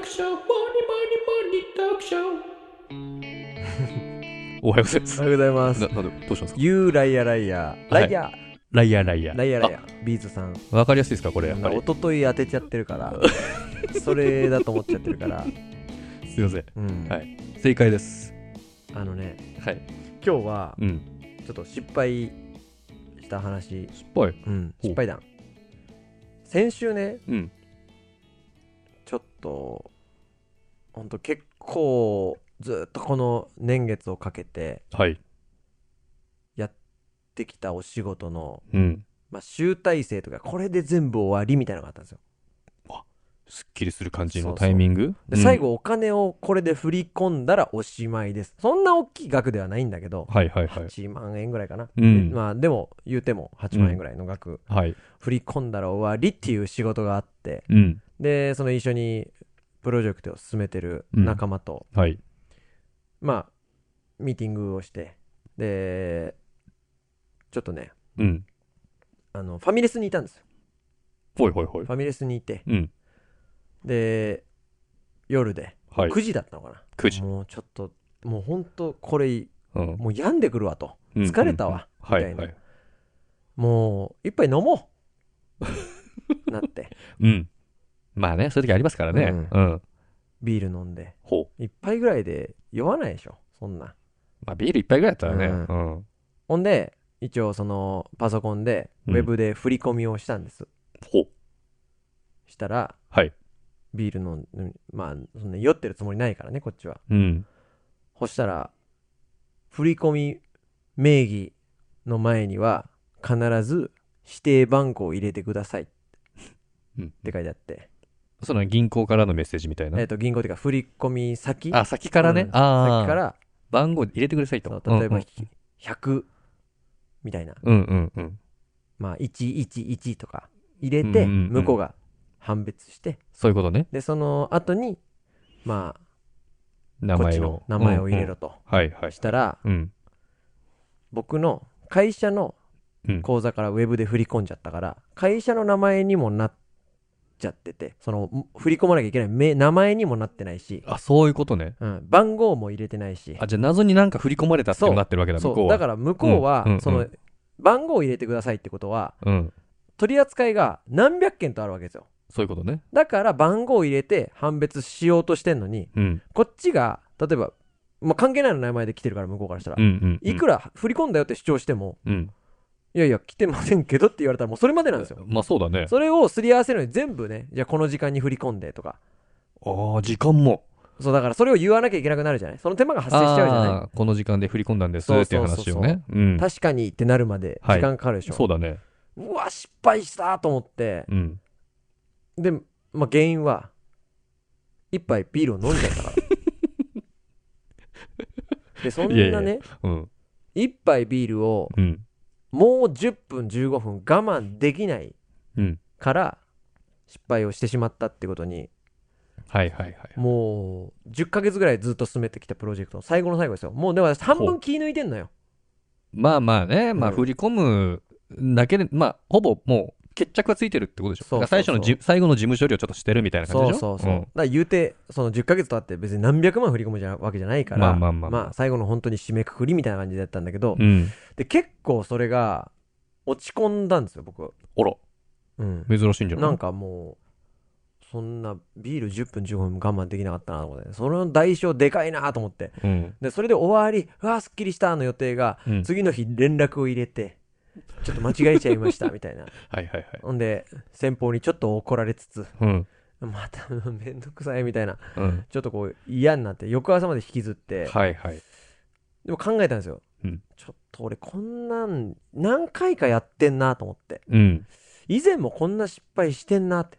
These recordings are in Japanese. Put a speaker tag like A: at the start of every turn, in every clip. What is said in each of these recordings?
A: クショーモニモニモニトークショー
B: おはようございます
C: お。はようございます
B: な、。なんで、どうしたんですか
C: ユーライヤライヤー。
B: はい
C: ライヤ
B: ライヤーライヤ
C: ー。ライヤーライヤー。ビーズさん。
B: わかりやすいですかこれ、やっぱり
C: お。ととい当てちゃってるから。 それだと思っちゃってるから。
B: すいません。
C: うん。
B: はい正解です。
C: あのね、
B: はい。
C: 今日は
B: うん。
C: ちょっと失敗した話。
B: すっぽい。
C: うん。
B: ほう
C: 失敗談。先週ね、
B: うん。
C: ちょっと、ほんと結構、ずっとこの年月をかけて
B: はい。
C: やってきたお仕事の、
B: うん。
C: まあ、集大成とか、これで全部終わりみたいなのがあったんですよ。
B: すっきりする感じ
C: そう
B: の
C: そう
B: タイミング
C: で、最。後お金をこれで振り込んだらおしまいです。そんな大きい額ではないんだけど
B: うん、はいはいはい。
C: 8万円ぐらいかな。
B: うん
C: まあでも言うても8万円ぐらいの額、
B: はい。
C: 振り込んだら終わりっていう仕事があって、
B: うん。
C: で、その一緒にプロジェクトを進めてる仲間と、
B: はい。
C: まあ、ミーティングをして、で、ちょっとね、
B: うん。
C: あの、ファミレスにいたんですよ。
B: ほいほいほい
C: フ。ァミレスにいて、
B: うん。
C: で、夜で、
B: はい。
C: 9時だったのかな。
B: 9時。
C: もうちょっと、もう本当これ、
B: うん。
C: もう病んでくるわと。
B: うん
C: 疲れたわ。
B: うんは
C: み
B: い
C: た
B: はいい。
C: もう、一杯飲も うなって、
B: うん。まあね、そういう時ありますからね。
C: う
B: うん。
C: ビール飲んで。
B: ほう。
C: 一杯ぐらいで酔わないでしょ、そんな。
B: まあビール一杯ぐらいだったらね。
C: う
B: うん。
C: ほんで、一応その、パソコンで、
B: う
C: ウ
B: ん
C: ェブで振り込みをしたんです。
B: ほう。
C: したら、
B: はい。
C: ビール飲んまあ、そんな酔ってるつもりないからね、こっちは。
B: うん。
C: そしたら、振り込み名義の前には、必ず指定番号を入れてくださいっ
B: うん。
C: て書いてあって、
B: その銀行からのメッセージみたいな
C: えっ。と、銀行っていうか、振り込み先
B: あ、先からね
C: う。ん
B: ああ。
C: 先から、
B: 番号入れてください
C: そう
B: と。
C: 例えば
B: うん
C: ひ100みたいな、
B: うんうんうん。
C: まあ、111とか入れ
B: う
C: て
B: んうんうん
C: 向こうが判別して
B: そういうことね。
C: でその後にまあ
B: 名
C: こっち
B: 前
C: の
B: を。
C: 名前を入れ
B: うんう
C: ろ
B: ん。
C: と
B: はいはい
C: し。たら
B: うん。
C: 僕の会社の
B: うん
C: 口座からウェブで振り込んじゃったから会社の名前にもなっちゃっててその振り込まなきゃいけないめ名前にもなってないし、
B: あ、そういうことね。
C: うん、番号も入れてないし
B: あ、じゃあ謎になんか振り込まれたって
C: そう
B: なってるわけだ、向こ
C: そううだ
B: は。
C: から向こう
B: うん
C: は
B: うんうん
C: その番号を入れてくださいってことは
B: うん。
C: 取り扱いが何百件とあるわけですよ
B: そういうことね。
C: だから番号を入れて判別しようとしてんのに
B: うん。
C: こっちが例えば、まあ、関係ないの名前で来てるから向こうからしたら、
B: うんうんうん。
C: いくら振り込んだよって主張しても
B: うん。
C: いやいや来てませんけどって言われたらもうそれまでなんですよ
B: まあそうだね。
C: それをすり合わせるのに全部ねじゃあこの時間に振り込んでとか
B: ああ、時間も。
C: そうだからそれを言わなきゃいけなくなるじゃないその手間が発生しちゃうじゃな
B: あーこの時間で振り込んだんですっていう話をね。うん
C: い。確かにってなるまで時間かかるでしょ、
B: そうだね。
C: うわ失敗したと思って
B: うん。
C: で、まあ、原因は一杯ビールを飲んじゃっ たからでそんなね
B: いやいやうん。
C: 一杯ビールを
B: うん。
C: もう10分15分我慢できない
B: うん。
C: から失敗をしてしまったってことに
B: はいはいはい。
C: もう10ヶ月ぐらいずっと進めてきたプロジェクトの最後の最後ですよもうでも半分気抜いてんのよ
B: まあまあね、まあ
C: うん
B: 振り込むだけで、まあほぼもう決着はついてるってことでしょ。
C: そうそうそう
B: だから最初のじ最後の事務処理をちょっとしてるみたいな感
C: そ
B: じ
C: う
B: でし
C: そ
B: ょ。
C: うそう、だから言うてその10ヶ月とあって別に何百万振り込むじゃわけじゃないか
B: ま
C: ら
B: あまあまあまあ
C: 最後の本当に締めくくりみたいな感じだったんだけど、
B: うん。うん。
C: で結構それが落ち込んだんですよ僕
B: あら、
C: うん
B: 珍しいんじゃない
C: なんかもうそんなビール10分15分我慢できなかったなと思ってその代償でかいなと思って
B: うん。
C: でそれで終わりうわーすっきりしたの予定が、
B: うん
C: 次の日連絡を入れてちょっと間違えちゃいま したみたいな
B: はいはいはい。
C: ほんで先方にちょっと怒られつつ
B: うん。
C: まためんどくさいみたいな
B: うん。
C: ちょっとこう嫌になって翌朝まで引きずって、
B: はいはい。
C: でも考えたんですよ、
B: うん
C: ちょっと俺こんなん何回かやってんなと思って
B: うん。
C: 以前もこんな失敗してんなって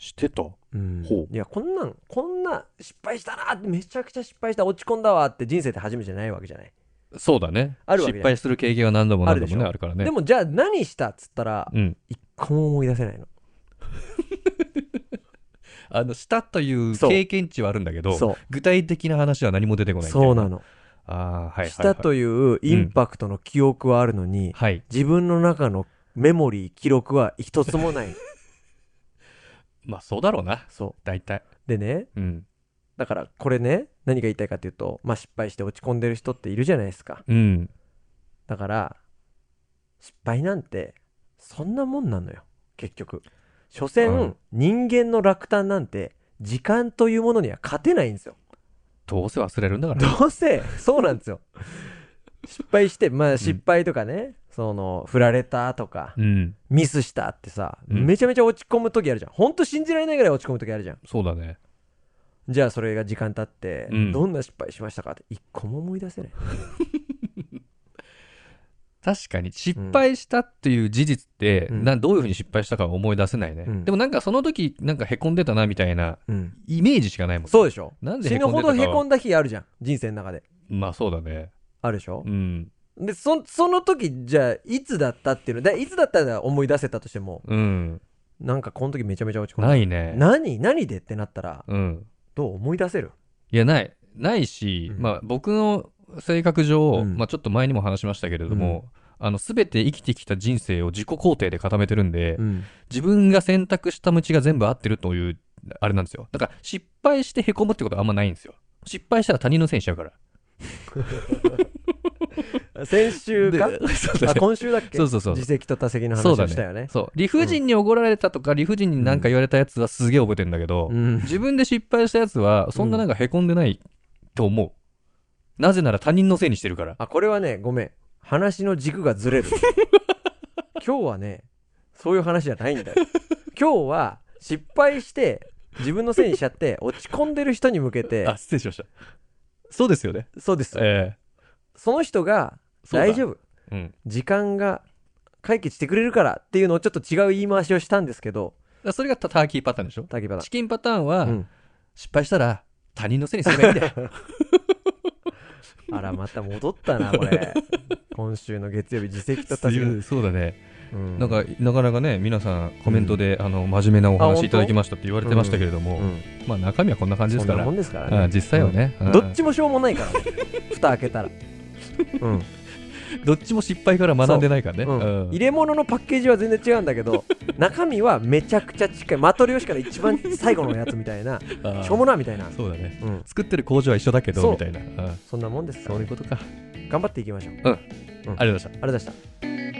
B: してた
C: うん
B: ほ
C: いやこんなんこんな失敗したなってめちゃくちゃ失敗した落ち込んだわって人生って初めてじゃないわけじゃない、
B: そうだね。
C: あるわけ
B: 失敗する経験は何度も何度もね、
C: あ
B: あるからね。
C: でもじゃあ何したっつったら
B: うん。
C: 一個も思い出せないの
B: あの、したという
C: そう
B: 経験値はあるんだけど、
C: そ
B: 具体的な話は何も出てこ
C: う
B: ない
C: そうな
B: の。
C: の、
B: ああ、はいはい、はい。
C: したというインパクトの記憶はあるのに、
B: はい。
C: 自分の中のメモ リー記録は一つもない
B: まあ、そうだろうな。
C: そ
B: 大体。
C: うでね、
B: うん。
C: だからこれね、何が言いたいかっていうと、まあ失敗して落ち込んでる人っているじゃないですか。
B: うん。
C: だから、失敗なんて、そんなもんなのよ、結局。所詮、
B: うん
C: 人間の落胆なんて、時間というものには勝てないんですよ。
B: どうせ忘れるんだから。
C: どうせ、そうなんですよ。 失敗して、まあ失敗とかね、その、振られたとか、
B: うん。
C: ミスしたってさ、
B: うん
C: めちゃめちゃ落ち込む時あるじゃん。ほんと信じられないぐらい落ち込む時あるじゃん。
B: そうだね。
C: じゃあそれが時間経って、
B: うん
C: どんな失敗しましたかって一個も思い出せない。
B: 確かに失敗したっていう事実って、
C: うん
B: などういうふうに失敗したかは思い出せないね、
C: うん
B: でもなんかその時なんかへこんでたなみたいな
C: うん。
B: イメージしかないもん
C: そうでしょ
B: なんで
C: 死
B: へ
C: ぬ
B: こんで
C: ほ
B: たか
C: ど
B: は
C: へこんだ日あるじゃん。人生の中で。
B: まあそうだね
C: あるでしょ
B: うん
C: で、そ、その時、じゃあ、いつだったっていうの、だいつだったら思い出せたとしても、
B: うん
C: なんかこの時めちゃめちゃ落ち込んだ。
B: ないね
C: 何何でってなったら、
B: うん
C: どう思い出せる
B: いやないないし、
C: うん
B: まあ僕の性格上、
C: うん
B: まあちょっと前にも話しましたけれども、あの全て生きてきた人生を自己肯定で固めてるんで、
C: うん。
B: 自分が選択した道が全部合ってるというあれなんですよだから失敗してへこむってことはあんまないんですよ失敗したら他人のせいにしちゃうから
C: 先週か
B: でそうだ
C: あ
B: ね
C: 今週だっけ
B: そうそうそう
C: 自責と他責の
B: そう
C: 話
B: だ
C: を
B: ね
C: したよね。
B: そう理不尽に怒られたとか理不尽になんか言われたやつはすげえ覚えてんだけど、
C: うん。
B: 自分で失敗したやつはそんななんかへこんでないと思う、なぜなら他人のせいにしてるから
C: あ、これはね、ごめん。話の軸がずれ る。今日はね、そういう話じゃないんだよ。今日は、失敗して、自分のせいにしちゃって、落ち込んでる人に向けて
B: あ、失礼しましたそうですよね
C: そうです。
B: え
C: その人が、
B: そうだ
C: 大丈夫。
B: えうんだか
C: 時間が解決してくれるからっていうのをちょっと違う言い回しをしたんですけど、
B: らそれがタターキーパターンでしょ
C: 竹花
B: チ。キンパターンは、
C: うん。
B: 失敗したら他人のせいにすればいいんだよ
C: あら、また戻ったな、これ。今週の月曜日、自責と
B: そう
C: 竹
B: い
C: 花。
B: うそうだね、
C: うん
B: なんかなかなかね皆さんコメントで、あの真面目なお
C: あ本
B: 話
C: 当
B: いただきましたって言われてましたけれども、
C: うん
B: まあ中身はこんな感じで
C: そ
B: す
C: ん
B: か
C: な
B: ら
C: もんですから
B: あ
C: ね。
B: 実際はね、うん
C: どっちもしょうもないからね。蓋開けたら。うん。
B: どっちも失敗から学んでないからね。
C: うん
B: うん
C: 入れ物のパッケージは全然違うんだけど、中身はめちゃくちゃ近い。マトリョーシカの一番最後のやつみた いな、
B: あー
C: しょうもなみたいな。
B: そうだね。
C: うん。
B: 作ってる工場は一緒だけ
C: そ
B: ど、
C: う
B: みたいな。うん
C: そんなもんですか
B: そう
C: ら
B: いう
C: ね。
B: ことか。あり
C: 頑張っていきましょう。あり
B: がとうございました。
C: がとうございました。